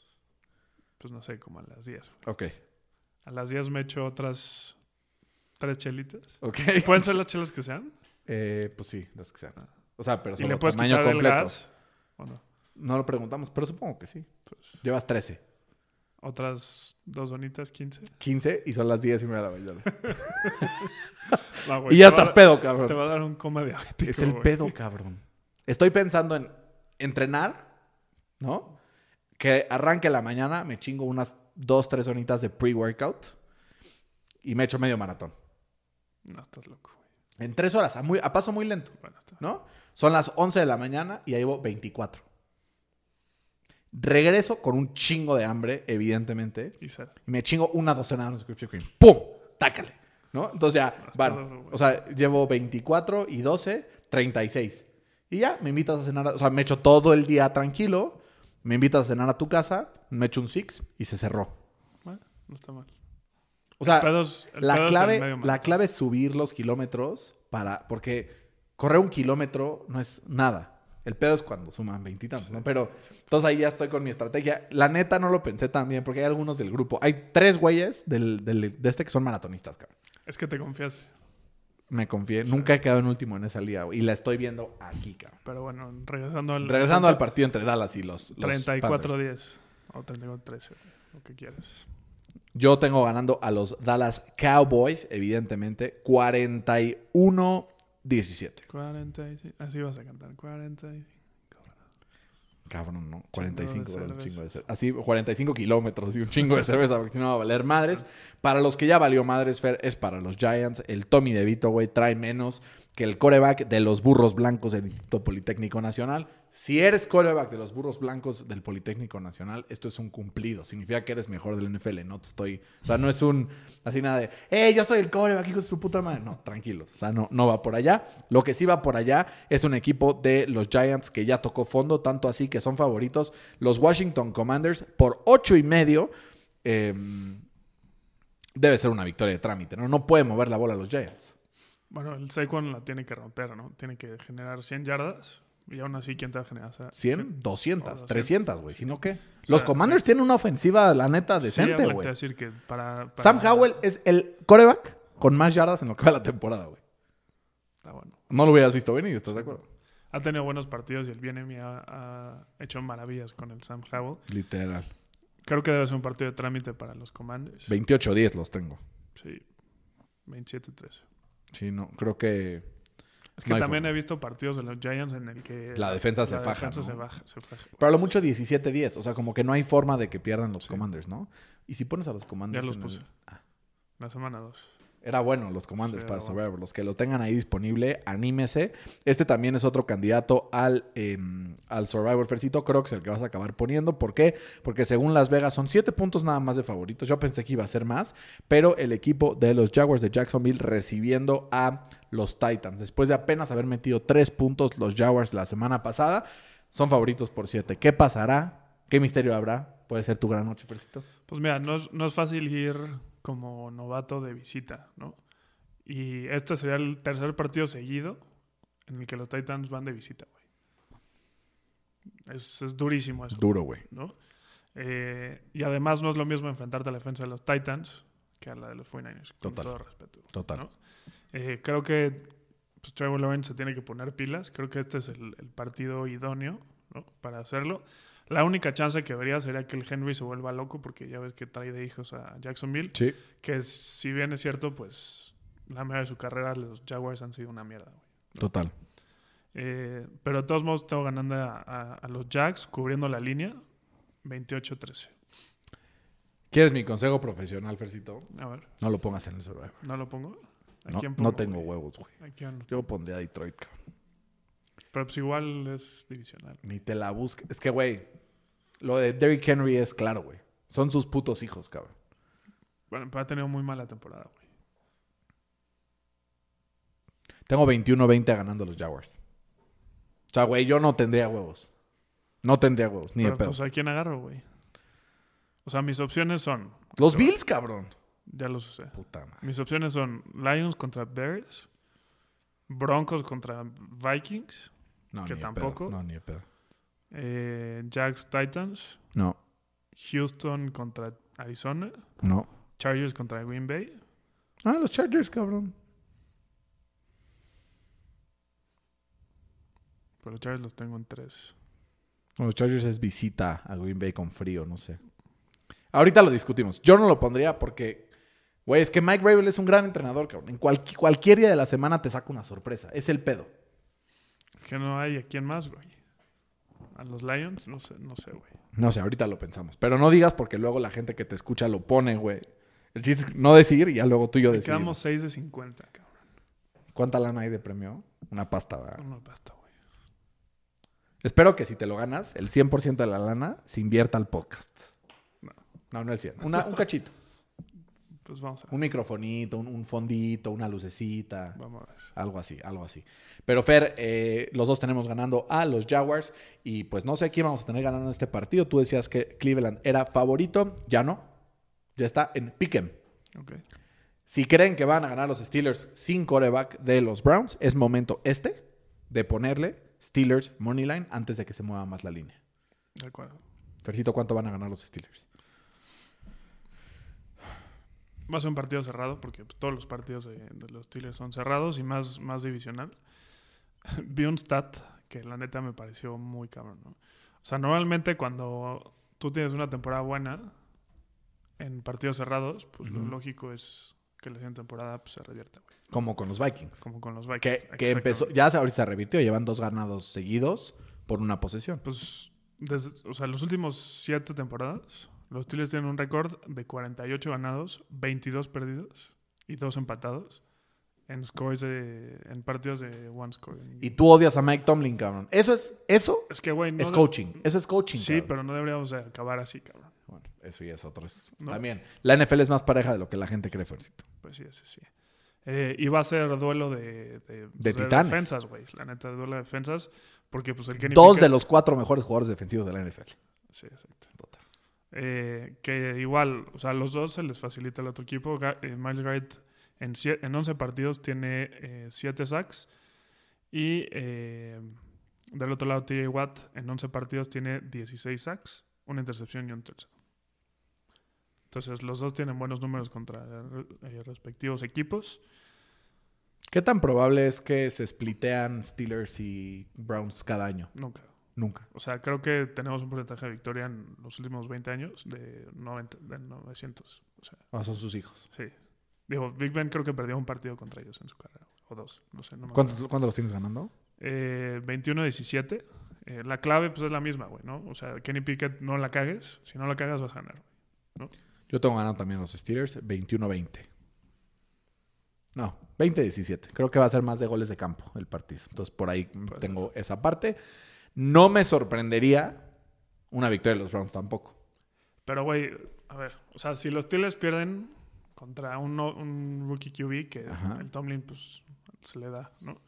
pues no sé, como a las 10. Ok. A las 10 me echo otras tres chelitas. Ok. Pueden ser las chelas que sean. Eh, pues sí, las que sean. O sea, pero y le solo puedes tamaño quitar completo. el gas. ¿O no? No lo preguntamos, pero supongo que sí. Pues, Llevas 13. otras dos donitas, 15. 15 y son las 10 y media de la mañana. No, güey, y ya te estás va a dar- pedo, cabrón. Te va a dar un coma diabético. Es el güey. pedo, cabrón. Estoy pensando en entrenar, ¿no? que arranque la mañana, me chingo unas dos, tres horitas de pre-workout y me echo medio maratón. No, estás loco, güey. En tres horas, a, muy, a paso muy lento, Bueno, está. ¿no? Son las 11 de la mañana y ya llevo 24. Regreso con un chingo de hambre, evidentemente. Y sal. Y me chingo una docena de Anos Krispy Kreme. ¡Pum! ¡Tácale! ¿No? Entonces ya, todo, van. güey. O sea, llevo 24 y 12, 36. Y ya, me invitas a cenar. a- O sea, me echo todo el día tranquilo. Me invitas a cenar a tu casa. Me echo un six y se cerró. Bueno, no está mal. O sea, Pedos- el pedo la es el clave, medio la clave es subir los kilómetros para. Porque correr un kilómetro no es nada. El pedo es cuando suman veintitantos, ¿no? Pero entonces ahí ya estoy con mi estrategia. La neta no lo pensé tan bien porque hay algunos del grupo. Hay tres güeyes del, del- de este que son maratonistas, cabrón. Es que te confías. Me confié. Nunca he quedado en último en esa liga güey, y la estoy viendo aquí, cabrón. Pero bueno, regresando al. Regresando al partido entre Dallas y los, los 34 Panthers. 10 o 34 13, lo que quieras. Yo tengo ganando a los Dallas Cowboys, evidentemente, 41-17. 45, así vas a cantar. 45. Cabrón, ¿no? de 45 horas, un cerveza. chingo de cerveza. Así, 45 kilómetros y un chingo de cerveza, porque si no va a valer madres. Para los que ya valió madres, Fer, es para los Giants. El Tommy DeVito, güey, trae menos que el coreback de los burros blancos del Instituto Politécnico Nacional. Si eres coreback de los burros blancos del Politécnico Nacional, esto es un cumplido. Significa que eres mejor del NFL. No te estoy. O sea, no es un. Así nada de. ¡Eh, yo soy el coreback, hijo de su puta madre! No, tranquilos. O sea, no, no va por allá. Lo que sí va por allá es un equipo de los Giants que ya tocó fondo, tanto así que son favoritos. Los Washington Commanders por ocho y medio. eh, debe ser una victoria de trámite, ¿no? No puede mover la bola a los Giants. Bueno, el Saquon la tiene que romper, ¿no? Tiene que generar 100 yardas y aún así, ¿quién te va a generar? O sea, 100, 200, 200, 300, güey. Si no, ¿qué? sea, Los Commanders tienen una ofensiva, la neta, sí, Ah, decente, habría que güey. decir que para, para- Sam Howell es el coreback con más yardas en lo que va la temporada, güey. Está Ah, bueno. No lo hubieras visto venir, ¿estás de acuerdo? Ha tenido buenos partidos y el Bienemi ha, ha hecho maravillas con el Sam Howell. Literal. Creo que debe ser un partido de trámite para los Commanders. 28-10 los tengo. Sí. 27-13. Sí, no, creo que Es que No hay también forma. he visto partidos de los Giants en el que La defensa se faja, defensa ¿no? se baja, se faja. Pero a lo mucho 17-10. O sea, como que no hay forma de que pierdan los Commanders, ¿no? Y si pones a los Commanders. Ya los en el- puse. La semana 2. Era bueno los Commanders Sí, para era bueno. Survivor. Los que lo tengan ahí disponible, anímese. Este también es otro candidato al, eh, al Survivor Fercito. Creo que es el que vas a acabar poniendo. ¿Por qué? Porque según Las Vegas son 7 puntos nada más de favoritos. Yo pensé que iba a ser más. Pero el equipo de los Jaguars de Jacksonville recibiendo a los Titans. Después de apenas haber metido 3 puntos los Jaguars la semana pasada, son favoritos por 7. ¿Qué pasará? ¿Qué misterio habrá? Puede ser tu gran noche, Fercito. Pues mira, no es, no es fácil ir como novato de visita, ¿no? Y este sería el tercer partido seguido en el que los Titans van de visita, güey. Es, es durísimo eso, Duro, güey. ¿no? Eh, y además no es lo mismo enfrentarte a la defensa de los Titans que a la de los 49ers, con Total. todo respeto. Total. ¿no? Eh, creo que pues, Trevor Lawrence se tiene que poner pilas. Creo que este es el, el partido idóneo ¿no? para hacerlo. La única chance que vería sería que el Henry se vuelva loco porque ya ves que trae de hijos a Jacksonville. Sí. Que es- si bien es cierto, pues la mayoría de su carrera los Jaguars han sido una mierda. güey. Total. Eh, pero de todos modos tengo ganando a, a- a los Jacks cubriendo la línea 28-13. ¿Quieres mi consejo profesional, Fercito? A ver, No lo pongas en el Survivor. ¿no lo pongo? ¿A No, quién no pongo, tengo güey? huevos, güey. ¿A quién? Yo pondría Detroit, cabrón. Pero pues igual es divisional. Ni te la busques. Es que, güey, lo de Derrick Henry es claro, güey. Son sus putos hijos, cabrón. Bueno, pero ha tenido muy mala temporada, güey. Tengo 21-20 ganando los Jaguars. O sea, güey, yo no tendría huevos. No tendría huevos, ni de Pero, pedo. pues, ¿a quién agarro, güey? O sea, mis opciones son, los Bills, cabrón. ya los usé. Puta madre. Mis opciones son Lions contra Bears, Broncos contra Vikings, No, Que ni de pedo. tampoco. No, ni de pedo. eh, Jags Titans, No, Houston contra Arizona, no. Chargers contra Green Bay. Ah, los Chargers, cabrón. Pero los Chargers los tengo en tres. Bueno, los Chargers es visita a Green Bay con frío, no sé. Ahorita lo discutimos. Yo no lo pondría porque, güey, es que Mike Rabel es un gran entrenador, cabrón. En cual- cualquier día de la semana te saca una sorpresa. Es el pedo. Es que no hay a quién más, güey. A los Lions, no sé, no sé, güey. No sé, ahorita lo pensamos. Pero no digas porque luego la gente que te escucha lo pone, güey. El chiste es no decir y ya luego tú y yo Y decimos. quedamos 6 de 50, cabrón. ¿Cuánta lana hay de premio? Una pasta, ¿verdad? No, no, basta, güey. Espero que si te lo ganas, el 100% de la lana se invierta al podcast. No. No, no el 100. Una- un cachito. Pues vamos a ver. Un microfonito, un, un fondito, una lucecita. Vamos a ver. Algo así, algo así. Pero Fer, eh, los dos tenemos ganando a los Jaguars y pues no sé quién vamos a tener ganando en este partido. Tú decías que Cleveland era favorito, ya no. Ya está en Pickem. Ok. Si creen que van a ganar los Steelers sin coreback de los Browns, es momento este de ponerle Steelers money line antes de que se mueva más la línea. De acuerdo. Fercito, ¿cuánto van a ganar los Steelers? Va a ser un partido cerrado porque pues, todos los partidos de, de los Steelers son cerrados y más, más divisional. Vi un stat que la neta me pareció muy cabrón. ¿no? O sea, normalmente cuando tú tienes una temporada buena en partidos cerrados, pues lo Ujú. lógico es que la siguiente temporada pues, se revierta, güey. Como con los Vikings. Como con los Que, Vikings. que empezó, Exactamente. ya se- ahorita se revirtió, llevan dos ganados seguidos por una posesión. Pues, desde- o sea, los últimos siete temporadas, los Steelers tienen un récord de 48 ganados, 22 perdidos y 2 empatados en scores de, en partidos de one score. Y tú odias a Mike Tomlin, cabrón. Eso es, eso es que, güey, no es de- coaching. Eso es coaching. Sí, cabrón. pero no deberíamos de acabar así, cabrón. Bueno, eso ya es otro. es- No. También, la NFL es más pareja de lo que la gente cree, Fercito. Pues sí, sí, sí. Eh, y va a ser duelo de, de, De titanes. defensas, güey. La neta, duelo de defensas. Porque, pues, el Kenny Dos Pickett- de los cuatro mejores jugadores defensivos de la NFL. Sí, exacto. Eh, que igual, o sea, a los dos se les facilita al otro equipo. Ga- eh, Miles Garrett en, sie- en 11 partidos tiene 7 sacks. Y eh, del otro lado, TJ Watt en 11 partidos tiene 16 sacks, una intercepción y un touchdown. Entonces, los dos tienen buenos números contra eh, respectivos equipos. ¿Qué tan probable es que se splitean Steelers y Browns cada año? Nunca. Nunca. O sea, creo que tenemos un porcentaje de victoria en los últimos 20 años de, 90, de 900. O sea, Ah, son sus hijos. Sí. Digo, Big Ben creo que perdió un partido contra ellos en su carrera. O dos, no sé. No me acuerdo. ¿Cuántos, cuántos los tienes ganando? Eh, 21-17. Eh, la clave pues es la misma, güey, ¿no? O sea, Kenny Pickett no la cagues. Si no la cagas vas a ganar. Yo tengo ganado también los Steelers 21-20. No, 20-17. Creo que va a ser más de goles de campo el partido. Entonces por ahí Pues, tengo esa parte. No me sorprendería una victoria de los Browns tampoco. Pero, güey, a ver. O sea, si los Steelers pierden contra un, no- un rookie QB, que Ajá. el Tomlin pues se le da, ¿no?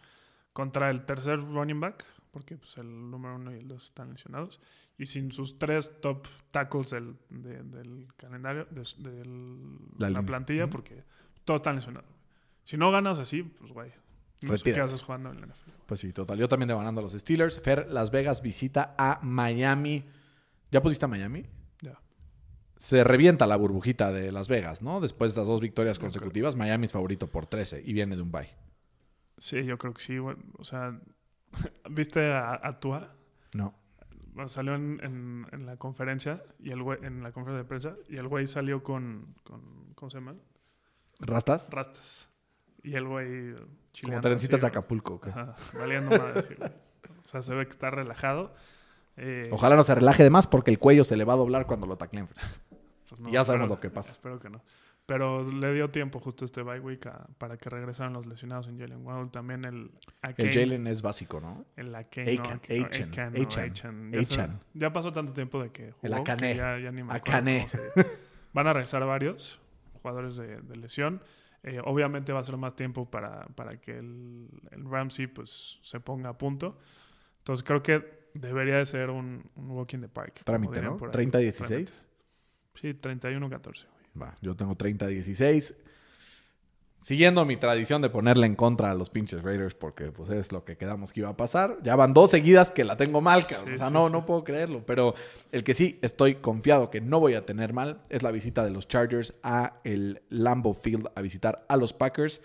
Contra el tercer running back, porque pues el número uno y el dos están lesionados. Y sin sus tres top tackles del, de- del calendario, de, del- La la, línea. plantilla, Ujú. porque todos están lesionados. Si no ganas así, pues güey. No sé Retírate. qué haces jugando en la NFL. Pues sí, total. Yo también le ganando a los Steelers. Fer Las Vegas visita a Miami. ¿Ya pusiste a Miami? Ya. Se revienta la burbujita de Las Vegas, ¿no? Después de las dos victorias Ok. consecutivas, Miami es favorito por 13 y viene de un bye. Sí, yo creo que sí, güey. O sea, ¿viste a, a Tua? No. Bueno, salió en, en- en la conferencia y el güey, en la conferencia de prensa y el güey salió con, con ¿cómo se llama? ¿Rastas? Rastas. Y el güey Como chileando trencitas de así, Acapulco. ¿qué? Ajá, valiendo madre, sí, güey. O sea, se ve que está relajado. Eh, Ojalá no se relaje de más porque el cuello se le va a doblar cuando lo tacleen. pues no, ya sabemos espero- lo que pasa. Espero que no. Pero le dio tiempo justo este bye week a- para que regresaran los lesionados en Jalen Waddle. También el El Akane- Jalen es básico, ¿no? El Akane, no, Akan- Akane, Achan, Akan, no, Achan, Achan. Ya, se- Achan. ya pasó tanto tiempo de que jugó. que Akane. Ya, ya ni me acuerdo Akane. cómo se- Van a regresar varios jugadores de, de lesión. Eh, obviamente va a ser más tiempo para, para que el, el Ramsey pues, se ponga a punto. Entonces creo que debería de ser un, un walk in the park. como Trámite, dirían ¿no? por ahí. 30-16. Sí, 31-14. güey. Va, yo tengo 30-16. Siguiendo mi tradición de ponerle en contra a los pinches Raiders porque pues es lo que quedamos que iba a pasar. Ya van dos seguidas que la tengo mal, cabrón. Sí, o sea, sí, no, sí. no puedo creerlo. Pero el que sí estoy confiado que no voy a tener mal es la visita de los Chargers a el Lambeau Field a visitar a los Packers.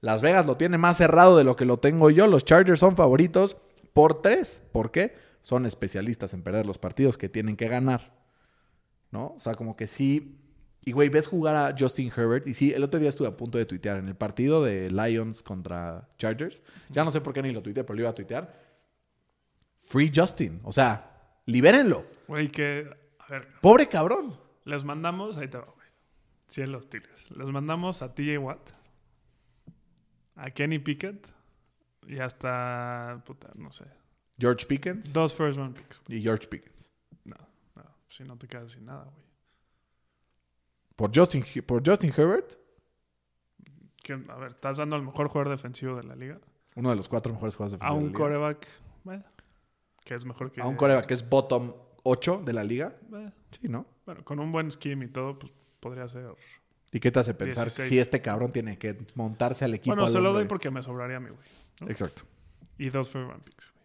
Las Vegas lo tiene más cerrado de lo que lo tengo yo. Los Chargers son favoritos por tres. ¿Por qué? Son especialistas en perder los partidos que tienen que ganar. ¿No? O sea, como que sí. Y güey, ves jugar a Justin Herbert. Y sí, el otro día estuve a punto de tuitear en el partido de Lions contra Chargers. Ya no sé por qué ni lo tuiteé, pero lo iba a tuitear. Free Justin. O sea, libérenlo. Güey, que ver, Pobre cabrón. les mandamos, ahí te va, güey. Sí, los Tigres. Les mandamos a TJ Watt, a Kenny Pickett y hasta, puta, no sé, George Pickens dos first round picks. y George Pickens. No, no, si no te quedas sin nada, güey. Por Justin, He- por Justin Herbert, Que, A ver, estás dando al mejor jugador defensivo de la liga uno de los cuatro mejores jugadores de a un coreback. coreback, bueno, que es mejor que. A un coreback que es bottom 8 de la liga. eh, Sí, ¿no? bueno, con un buen scheme y todo, pues podría ser. ¿Y qué te hace pensar 16. si este cabrón tiene que montarse al equipo? Bueno, al se lo hombre? doy porque me sobraría a mí, güey. ¿no? Exacto. Y dos first round picks, güey.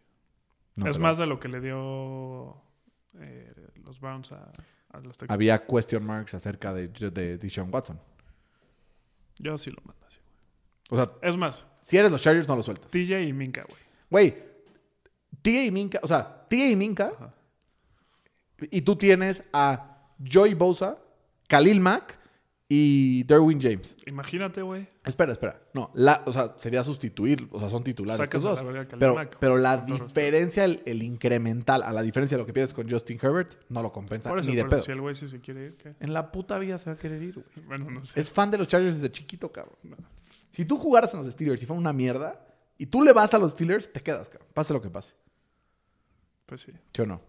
No, es pero más de lo que le dio eh, los Browns a, a los Texans. Había question marks acerca de, de Deshaun Watson. Yo sí lo mando así, güey. O sea, Es más, si eres los Chargers, no lo sueltas. TJ y Minka, güey. Güey, Tia y Minka, o sea, Tia y Minka, Ajá. y tú tienes a Joy Bosa, Khalil Mack y Derwin James. Imagínate, güey. Espera, espera. No, la, o sea, sería sustituir, o sea, son titulares Sacas estos a la dos. verga a Khalil pero, Mack, pero la con todo respeto. diferencia, el, el incremental, a la diferencia de lo que pierdes con Justin Herbert, no lo compensa Por eso, ni de pero pedo. si el güey sí se quiere ir, ¿qué? En la puta vida se va a querer ir, güey. Bueno, no sé. Es fan de los Chargers desde chiquito, cabrón. No. Si tú jugaras en los Steelers y fue una mierda, y tú le vas a los Steelers, te quedas, cabrón. Pase lo que pase. Pues sí. ¿Sí o no?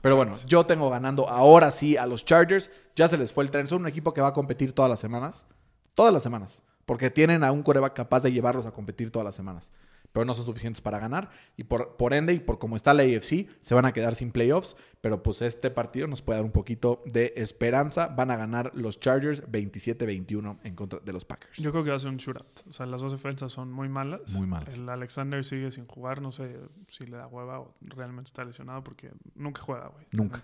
Pero bueno, yo tengo ganando ahora sí a los Chargers. Ya se les fue el tren. Son un equipo que va a competir todas las semanas. Todas las semanas. Porque tienen a un coreback capaz de llevarlos a competir todas las semanas. Pero no son suficientes para ganar. Y por, por ende, y por como está la AFC, se van a quedar sin playoffs. Pero pues este partido nos puede dar un poquito de esperanza. Van a ganar los Chargers 27-21 en contra de los Packers. Yo creo que va a ser un shootout. O sea, las dos defensas son muy malas. Muy malas. El Alexander sigue sin jugar. No sé si le da hueva o realmente está lesionado porque nunca juega, güey. Nunca.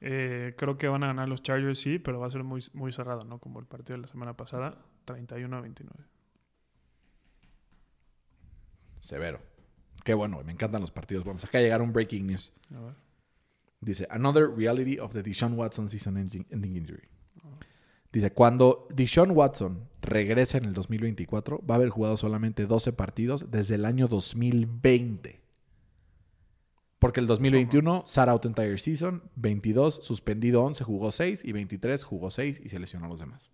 Eh, creo que van a ganar los Chargers, sí, pero va a ser muy, muy cerrado, ¿no? Como el partido de la semana pasada, 31 a 29. Severo. Qué bueno, güey, me encantan los partidos. Vamos acá a llegar un breaking news. A ver. Dice, another reality of the Deshaun Watson season ending, ending injury. Dice, cuando Deshaun Watson regrese en el 2024, va a haber jugado solamente 12 partidos desde el año 2020. Porque el 2021, sat out entire season, 22, suspendido 11, jugó 6 y 23, jugó 6 y se lesionó a los demás.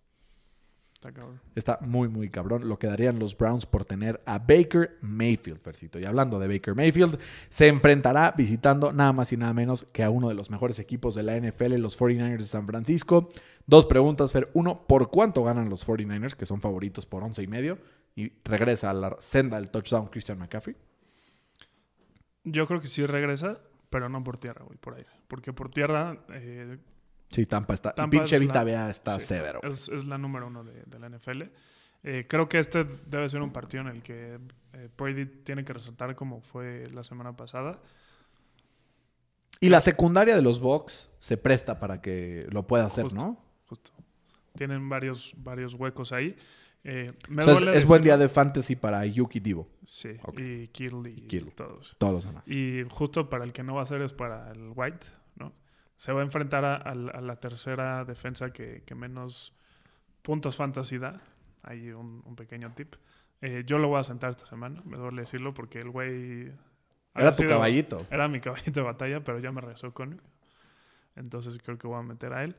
Está cabrón. Está muy, muy cabrón. Lo que darían los Browns por tener a Baker Mayfield, Fercito. Y hablando de Baker Mayfield, se enfrentará visitando nada más y nada menos que a uno de los mejores equipos de la NFL, los 49ers de San Francisco. Dos preguntas, Fer. Uno, ¿por cuánto ganan los 49ers, que son favoritos por 11 y medio? Y regresa a la senda del touchdown Christian McCaffrey. Yo creo que sí regresa, pero no por tierra, güey, por aire. Porque por tierra eh, Sí, Tampa está. y Tampa pinche es la- Vita Vea está Sí, severo. Es, es la número uno de, de la NFL. Eh, creo que este debe ser un partido en el que eh, Brady tiene que resaltar como fue la semana pasada. Y la secundaria de los Bucks se presta para que lo pueda hacer, Justo. ¿no? Justo. Tienen varios, varios huecos ahí. Eh, me O sea, es, duele es buen día decirlo- de fantasy para Yuki Divo. Sí, Ok. y Kittle y, Y Kittle. todos. Todos los demás. Y justo para el que no va a ser es para el White, ¿no? Se va a enfrentar a, a la- a la tercera defensa que, que menos puntos fantasy da. Hay un, un pequeño tip. Eh, yo lo voy a sentar esta semana, me duele decirlo, porque el güey... había Era tu sido- caballito. Era mi caballito de batalla, pero ya me regresó con Entonces creo que voy a meter a él.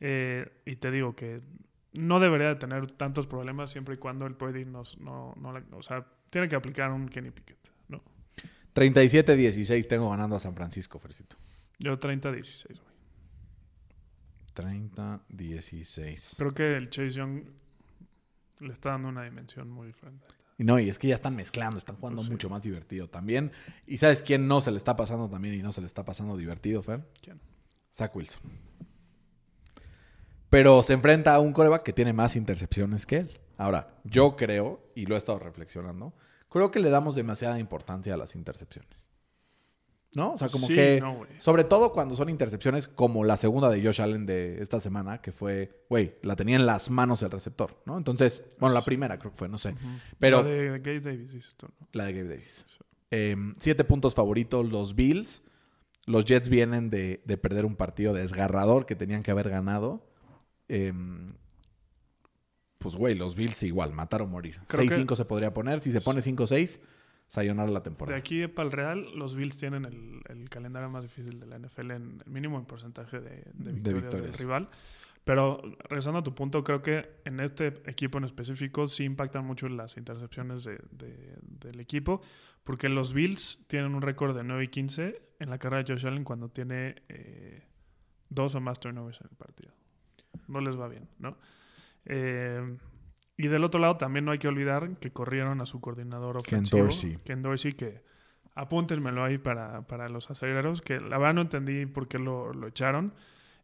Eh, y te digo que no debería de tener tantos problemas siempre y cuando el Brady nos, no, no la- O sea, tiene que aplicar un Kenny Pickett, ¿no? 37-16 tengo ganando a San Francisco, Fercito. Yo 30-16, güey. 30-16. Creo que el Chase Young le está dando una dimensión muy diferente. Y No, y es que ya están mezclando, están jugando Pues sí. mucho más divertido también. ¿Y sabes quién no se le está pasando también y no se le está pasando divertido, Fer? ¿Quién? Zach Wilson. Pero se enfrenta a un coreback que tiene más intercepciones que él. Ahora, yo creo, y lo he estado reflexionando, creo que le damos demasiada importancia a las intercepciones. ¿No? O sea, como Sí, que. no, güey. sobre todo cuando son intercepciones como la segunda de Josh Allen de esta semana, que fue, güey, la tenía en las manos el receptor, ¿no? Entonces, bueno, la primera creo que fue, no sé. Pero La de Gabe Davis, dices tú, ¿no? la de Gabe Davis. Sí. Eh, siete puntos favoritos los Bills. Los Jets vienen de, de perder un partido desgarrador que tenían que haber ganado. Eh, pues, güey, los Bills igual, matar o morir. Creo que- 6-5 se podría poner. Si se pone 5-6, Sayonara la De temporada. aquí para el Real, los Bills tienen el, el calendario más difícil de la NFL, en, mínimo en porcentaje de, De de victorias del victorias. rival. Pero regresando a tu punto, creo que en este equipo en específico sí impactan mucho las intercepciones de- de- del equipo, porque los Bills tienen un récord de 9 y 15 en la carrera de Josh Allen cuando tiene eh, dos o más turnovers en el partido. No les va bien, ¿no? Eh, y del otro lado también no hay que olvidar que corrieron a su coordinador Ken ofensivo, Dorsey. Ken Dorsey, que apúntenmelo ahí para, para los aceleros, que la verdad no entendí por qué lo, lo echaron.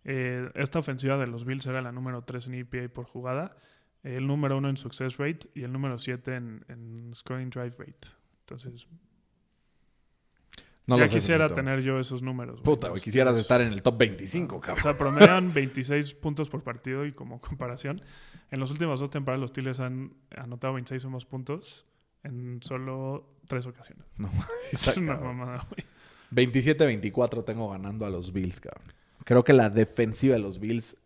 Eh, esta ofensiva de los Bills era la número 3 en EPA por jugada, el número 1 en success rate y el número 7 en, en scoring drive rate. Entonces, No ya lo sé, quisiera Fefito. tener yo esos números. güey. Puta, güey, quisieras Los- estar en el top 25, o cabrón. sea, promedian 26 puntos por partido y como comparación, en las últimas dos temporadas los Tiles han anotado 26 o más puntos en solo tres ocasiones. No, sí está Es una cabrón. mamada, güey. 27-24 tengo ganando a los Bills, cabrón. Creo que la defensiva de los Bills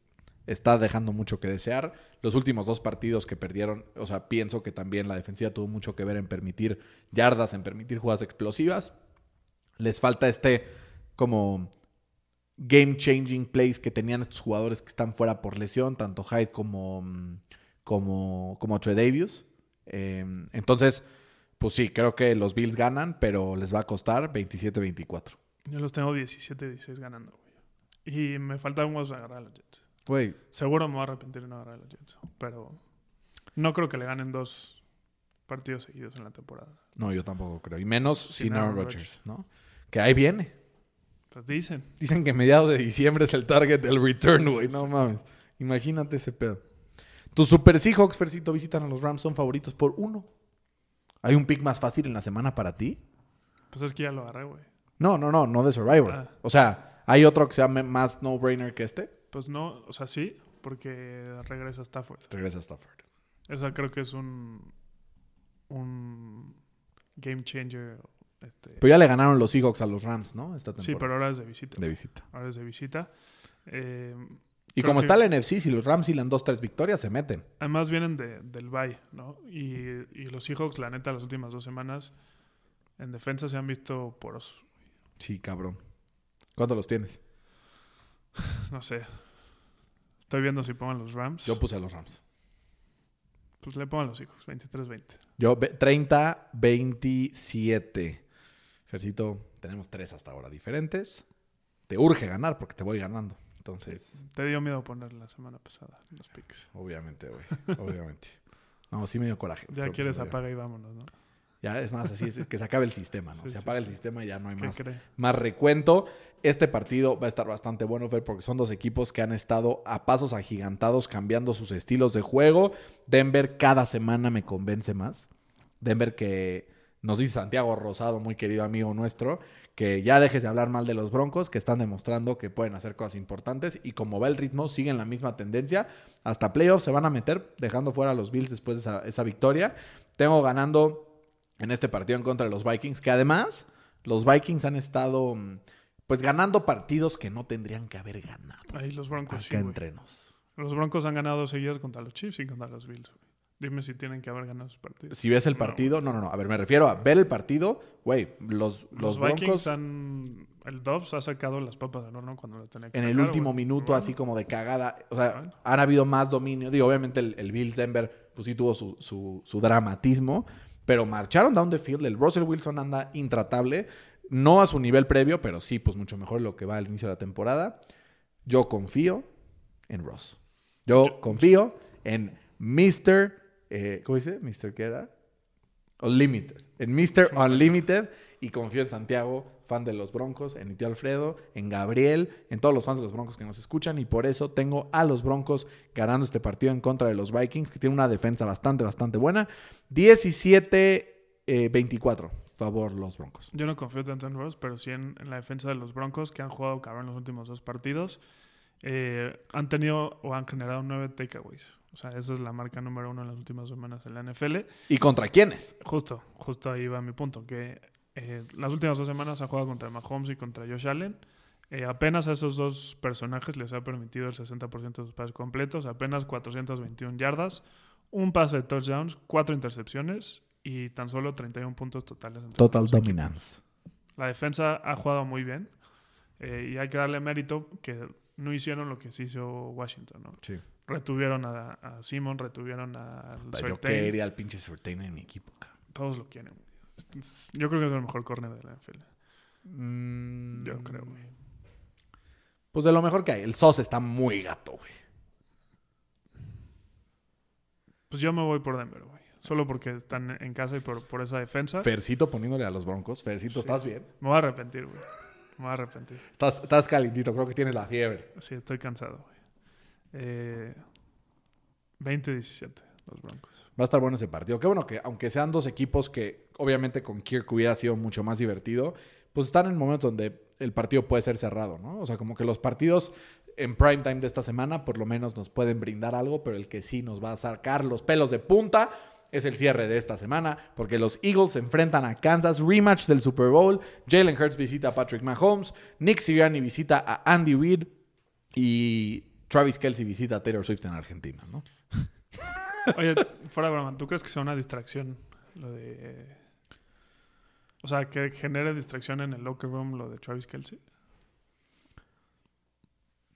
está dejando mucho que desear. Los últimos dos partidos que perdieron, o sea, pienso que también la defensiva tuvo mucho que ver en permitir yardas, en permitir jugadas explosivas. Les falta este como game changing plays que tenían estos jugadores que están fuera por lesión, tanto Hyde como, mm, como, como Tredavious. Eh, entonces, pues sí, creo que los Bills ganan, pero les va a costar 27-24. Yo los tengo 17-16 ganando, güey. Y me falta un hueso de agarrar a los Jets. Güey, Seguro me voy a arrepentir de no agarrar a los Jets, pero no creo que le ganen dos partidos seguidos en la temporada. no, yo tampoco creo. Y menos Sin sin Aaron Aaron Rodgers, ¿no? Que ahí viene. Pues dicen, Dicen que mediados de diciembre es el target del return, güey. No mames. Imagínate ese pedo. Tus Super Seahawks, Fercito, visitan a los Rams, son favoritos por uno. ¿Hay un pick más fácil en la semana para ti? pues es que ya lo agarré, güey. No, no, no, no de Survivor. Ah. O sea, ¿hay otro que sea me- más no-brainer que este? Pues no, o sea, sí, porque regresa Stafford. Regresa Stafford. Esa creo que es un. Un. Game changer. este, Pero ya le ganaron los Seahawks a los Rams, ¿no? Esta temporada. sí, pero ahora es de visita. De visita. Ahora es de visita. Eh, Y Creo como que- está la NFC, si los Rams hilan dos, tres victorias, se meten. además vienen de- del Bay, ¿no? Y, y los Seahawks, la neta, las últimas dos semanas en defensa se han visto poros. Sí, cabrón. ¿Cuántos los tienes? No sé. Estoy viendo si pongo a los Rams. Yo puse a los Rams. Pues le pongo a los Seahawks, 23-20. Yo ve- 30-27. Fercito, tenemos tres hasta ahora diferentes. Te urge ganar porque te voy ganando. Entonces, Te dio miedo poner la semana pasada los picks. obviamente, güey. Obviamente. No, sí me dio coraje. Ya pero quieres pues, apaga y vámonos, ¿no? Ya es más, así es que se acabe el sistema, ¿no? Sí, se sí, apaga el sistema y ya no hay ¿Qué más. cree? más recuento. Este partido va a estar bastante bueno, Fer, porque son dos equipos que han estado a pasos agigantados cambiando sus estilos de juego. Denver cada semana me convence más. Denver que nos dice Santiago Rosado, muy querido amigo nuestro, que ya dejes de hablar mal de los Broncos, que están demostrando que pueden hacer cosas importantes y como va el ritmo, siguen la misma tendencia. Hasta playoffs se van a meter, dejando fuera a los Bills después de esa, esa victoria. Tengo ganando en este partido en contra de los Vikings, que además los Vikings han estado mm, pues ganando partidos que no tendrían que haber ganado Ahí los acá Broncos Pues sí, güey. entre nos. Los Broncos han ganado dos seguidas contra los Chiefs y contra los Bills. güey. Dime si tienen que haber ganado sus partidos. Si ves el No. partido, no, no, no, a ver, me refiero a ver el partido, güey, los, los, Los, Broncos Vikings han. El Dobbs ha sacado las papas del horno cuando lo tenía que en el sacar, último güey. minuto, Bueno, así como de cagada, o sea, Bueno. han habido más dominio. Digo, obviamente el, el Bills Denver, pues sí tuvo su, su, su dramatismo, pero marcharon down the field. El Russell Wilson anda intratable, no a su nivel previo, pero sí, pues mucho mejor lo que va al inicio de la temporada. Yo confío en Ross. Yo, confío en Mr. eh, ¿Cómo dice? ¿Mr. qué era? Unlimited. En Mr. Unlimited. Y confío en Santiago, fan de los Broncos, en mi tío Alfredo, en Gabriel, en todos los fans de los Broncos que nos escuchan. Y por eso tengo a los Broncos ganando este partido en contra de los Vikings, que tiene una defensa bastante, bastante buena. 17-24, favor los Broncos. Yo no confío tanto en Ross, pero sí en, en la defensa de los Broncos, que han jugado cabrón los últimos dos partidos. Eh, han tenido o han generado nueve takeaways. O sea, esa es la marca número uno en las últimas semanas en la NFL. ¿Y contra quiénes? Justo, justo ahí va mi punto, que eh, las últimas dos semanas ha jugado contra Mahomes y contra Josh Allen. Eh, apenas a esos dos personajes les ha permitido el 60% de sus pases completos, apenas 421 yardas, un pase de touchdowns, cuatro intercepciones y tan solo 31 puntos totales. entre Total los dos equipos. dominance. La defensa ha jugado muy bien eh, y hay que darle mérito que no hicieron lo que sí hizo Washington. ¿no? Sí. Retuvieron a, a Simon, retuvieron a Yo Surtain. quería al pinche Surtain en mi equipo, cabrón. Todos lo quieren. güey. Es- es- Yo creo que es el mejor córner de la NFL. Mm, Yo creo, güey. Pues de lo mejor que hay. El SOS está muy gato, güey. Pues yo me voy por Denver, güey. Solo porque están en casa y por, por esa defensa. Fercito poniéndole a los broncos. Fercito, ¿estás bien? Me voy a arrepentir, güey. Me voy a arrepentir. Estás, estás calentito, creo que tienes la fiebre. Sí, estoy cansado, güey. Eh, 20-17, los Broncos. Va a estar bueno ese partido. Qué bueno que, aunque sean dos equipos que obviamente con Kirk hubiera sido mucho más divertido, pues están en el momento donde el partido puede ser cerrado, ¿no? O sea, como que los partidos en prime time de esta semana por lo menos nos pueden brindar algo, pero el que sí nos va a sacar los pelos de punta es el cierre de esta semana, porque los Eagles se enfrentan a Kansas, rematch del Super Bowl, Jalen Hurts visita a Patrick Mahomes, Nick Sirianni visita a Andy Reid y Travis Kelsey visita a Taylor Swift en Argentina, ¿no? Oye, fuera de broma, ¿tú crees que sea una distracción lo de... eh, o sea, que genere distracción en el locker room lo de Travis Kelsey?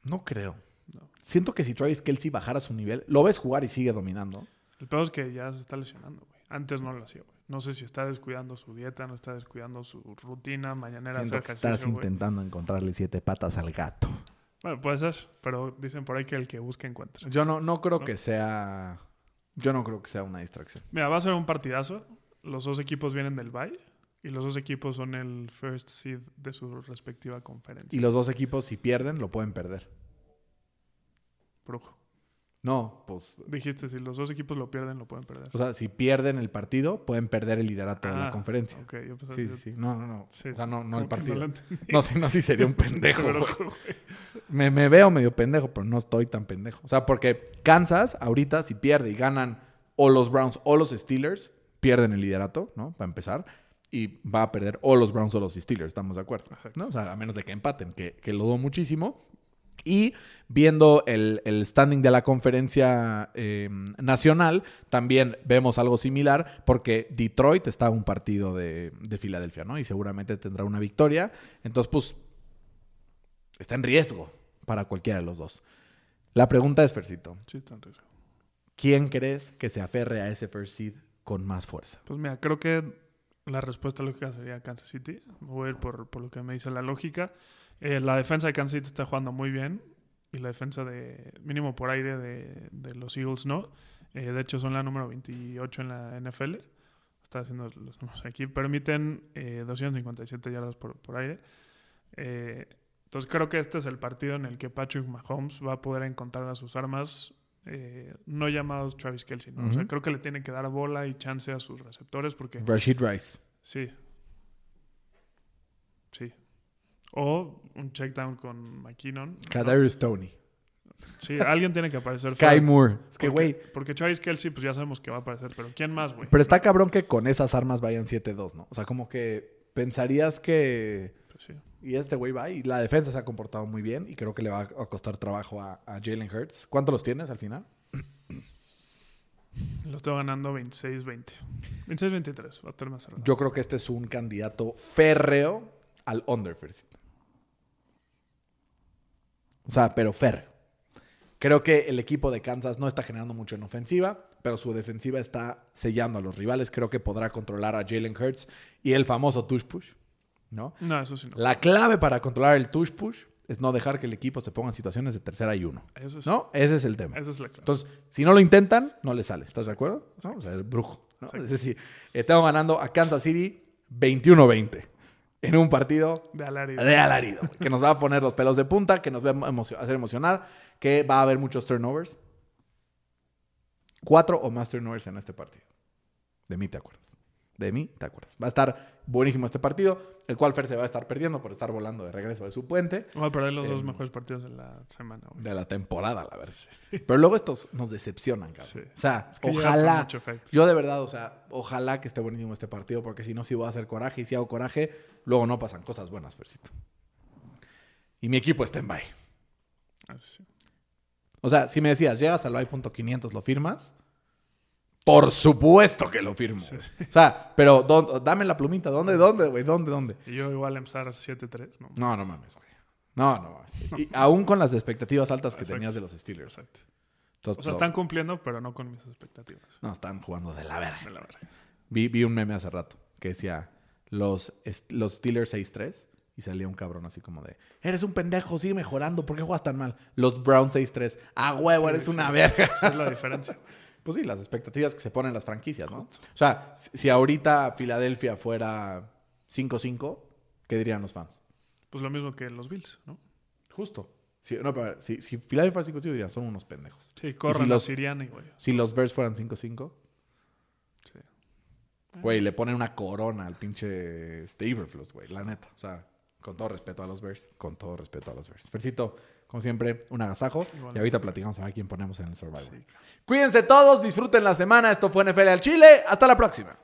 No creo. No. Siento que si Travis Kelsey bajara su nivel, lo ves jugar y sigue dominando. El peor es que ya se está lesionando, güey. Antes no lo hacía, güey. No sé si está descuidando su dieta, no está descuidando su rutina, mañanera, hacer Siento que estás ejercicio, güey. intentando encontrarle siete patas al gato. Bueno, puede ser, pero dicen por ahí que el que busca encuentra. Yo no, no creo No. que sea. Yo no creo que sea una distracción. Mira, va a ser un partidazo. Los dos equipos vienen del bye y los dos equipos son el first seed de su respectiva conferencia. Y los dos equipos, si pierden, lo pueden perder. Brujo. No, pues. Dijiste, si los dos equipos lo pierden, lo pueden perder. O sea, si pierden el partido, pueden perder el liderato de la Ah, conferencia. Ok, yo pensaba Sí, yo- sí, sí. No, no, no. Sí. O sea, no, no como el que partido. lo No, entendí. si no, sí sería un pendejo. Pero, güey. güey, Me, me veo medio pendejo, pero no estoy tan pendejo. O sea, porque Kansas ahorita si pierde y ganan o los Browns o los Steelers, pierden el liderato, ¿no? Para empezar. Y va a perder o los Browns o los Steelers, estamos de acuerdo. Exacto. ¿no? O sea, a menos de que empaten, que, que lo dudo muchísimo. Y viendo el, el standing de la conferencia eh, nacional, también vemos algo similar porque Detroit está a un partido de, de Filadelfia, ¿no? Y seguramente tendrá una victoria. Entonces, pues, está en riesgo para cualquiera de los dos. La pregunta es, Fercito, Sí, está en riesgo. ¿quién crees que se aferre a ese first seed con más fuerza? Pues mira, creo que la respuesta lógica sería Kansas City. Me voy a ir por, por lo que me dice la lógica. Eh, la defensa de Kansas City está jugando muy bien. Y la defensa de, mínimo por aire, de, de los Eagles no. Eh, de hecho, son la número 28 en la NFL. Está haciendo los números aquí. Permiten eh, 257 yardas por, por aire. Eh, entonces creo que este es el partido en el que Patrick Mahomes va a poder encontrar a sus armas eh, no llamados Travis Kelsey. ¿no? O sea, Ujú. creo que le tiene que dar bola y chance a sus receptores porque Rashid Rice. sí. Sí. O un check down con McKinnon. Kadarius Tony. Sí, alguien tiene que aparecer. Sky fuera. Moore. Es que, Porque- güey, Porque Travis Kelsey, pues ya sabemos que va a aparecer, pero ¿quién más, güey? pero está cabrón que con esas armas vayan 7-2, ¿no? O sea, como que pensarías que... Pues sí. Y este güey va y la defensa se ha comportado muy bien y creo que le va a costar trabajo a, a Jalen Hurts. ¿Cuánto los tienes al final? Lo estoy ganando 26-20. 26-23, va a estar más cerrado. Yo creo que este es un candidato férreo al under first. O sea, pero férreo. Creo que el equipo de Kansas no está generando mucho en ofensiva, pero su defensiva está sellando a los rivales. Creo que podrá controlar a Jalen Hurts y el famoso tush push, ¿no? No, eso sí no. La clave para controlar el tush push es no dejar que el equipo se ponga en situaciones de tercera y uno, Eso es, ¿no? Ese es el tema. Esa es la clave. Entonces, si no lo intentan, no le sale. ¿Estás de acuerdo? ¿No? O sea, el brujo. ¿no? Exacto. Es decir, estamos ganando a Kansas City 21-20 en un partido De alarido. de alarido, güey, que nos va a poner los pelos de punta, que nos va a emocio- hacer emocionar, que va a haber muchos turnovers. Cuatro o más turnovers en este partido. De mí te acuerdas. De mí te acuerdas. Va a estar buenísimo este partido, el cual Fer se va a estar perdiendo por estar volando de regreso de su puente Voy a perder los dos Em, mejores partidos de la semana, güey. de la temporada, la verdad. Pero luego estos nos decepcionan, cabrón. Sí. O sea, Es que llegas con ojalá. mucho hype. Yo de verdad, o sea, ojalá que esté buenísimo este partido, porque si no, si voy a hacer coraje y si hago coraje, luego no pasan cosas buenas, Fercito. Y mi equipo está en bye. Así sí. O sea, si me decías, llegas al bye.500, lo firmas, Por supuesto que lo firmo. güey. O sea, pero ¿dó- dame la plumita. ¿Dónde, dónde, güey? ¿Dónde, dónde? Y yo igual a empezar 7-3, ¿no? No, no mames, güey. No, no mames. Y aún con las expectativas altas que Exacto. tenías de los Steelers. Exacto. Entonces, O sea, lo- están cumpliendo, pero no con mis expectativas. No, están jugando de la verga. Me la verga. Vi, vi un meme hace rato que decía los, est- los Steelers 6-3 y salía un cabrón así como de eres un pendejo, sigue mejorando, ¿por qué juegas tan mal? Los Browns 6-3, a huevo, Sí, eres sí. una verga. Esa es la diferencia. güey. Pues sí, las expectativas que se ponen las franquicias, ¿no? O sea, si si ahorita Filadelfia fuera 5-5, ¿qué dirían los fans? Pues lo mismo que los Bills, ¿no? Justo. Si, no, pero si, si Filadelfia fuera 5-5, dirían son unos pendejos. Sí, corran los- los Siriani, güey. Si los Bears fueran 5-5, Sí. güey, le ponen una corona al pinche Staverfluss, güey, la neta. O sea, con todo respeto a los Bears, con todo respeto a los Bears. Fercito, como siempre, un agasajo. Y Igualmente. ahorita platicamos a ver quién ponemos en el Survivor. Sí. Cuídense todos, disfruten la semana. Esto fue NFL al Chile. Hasta la próxima.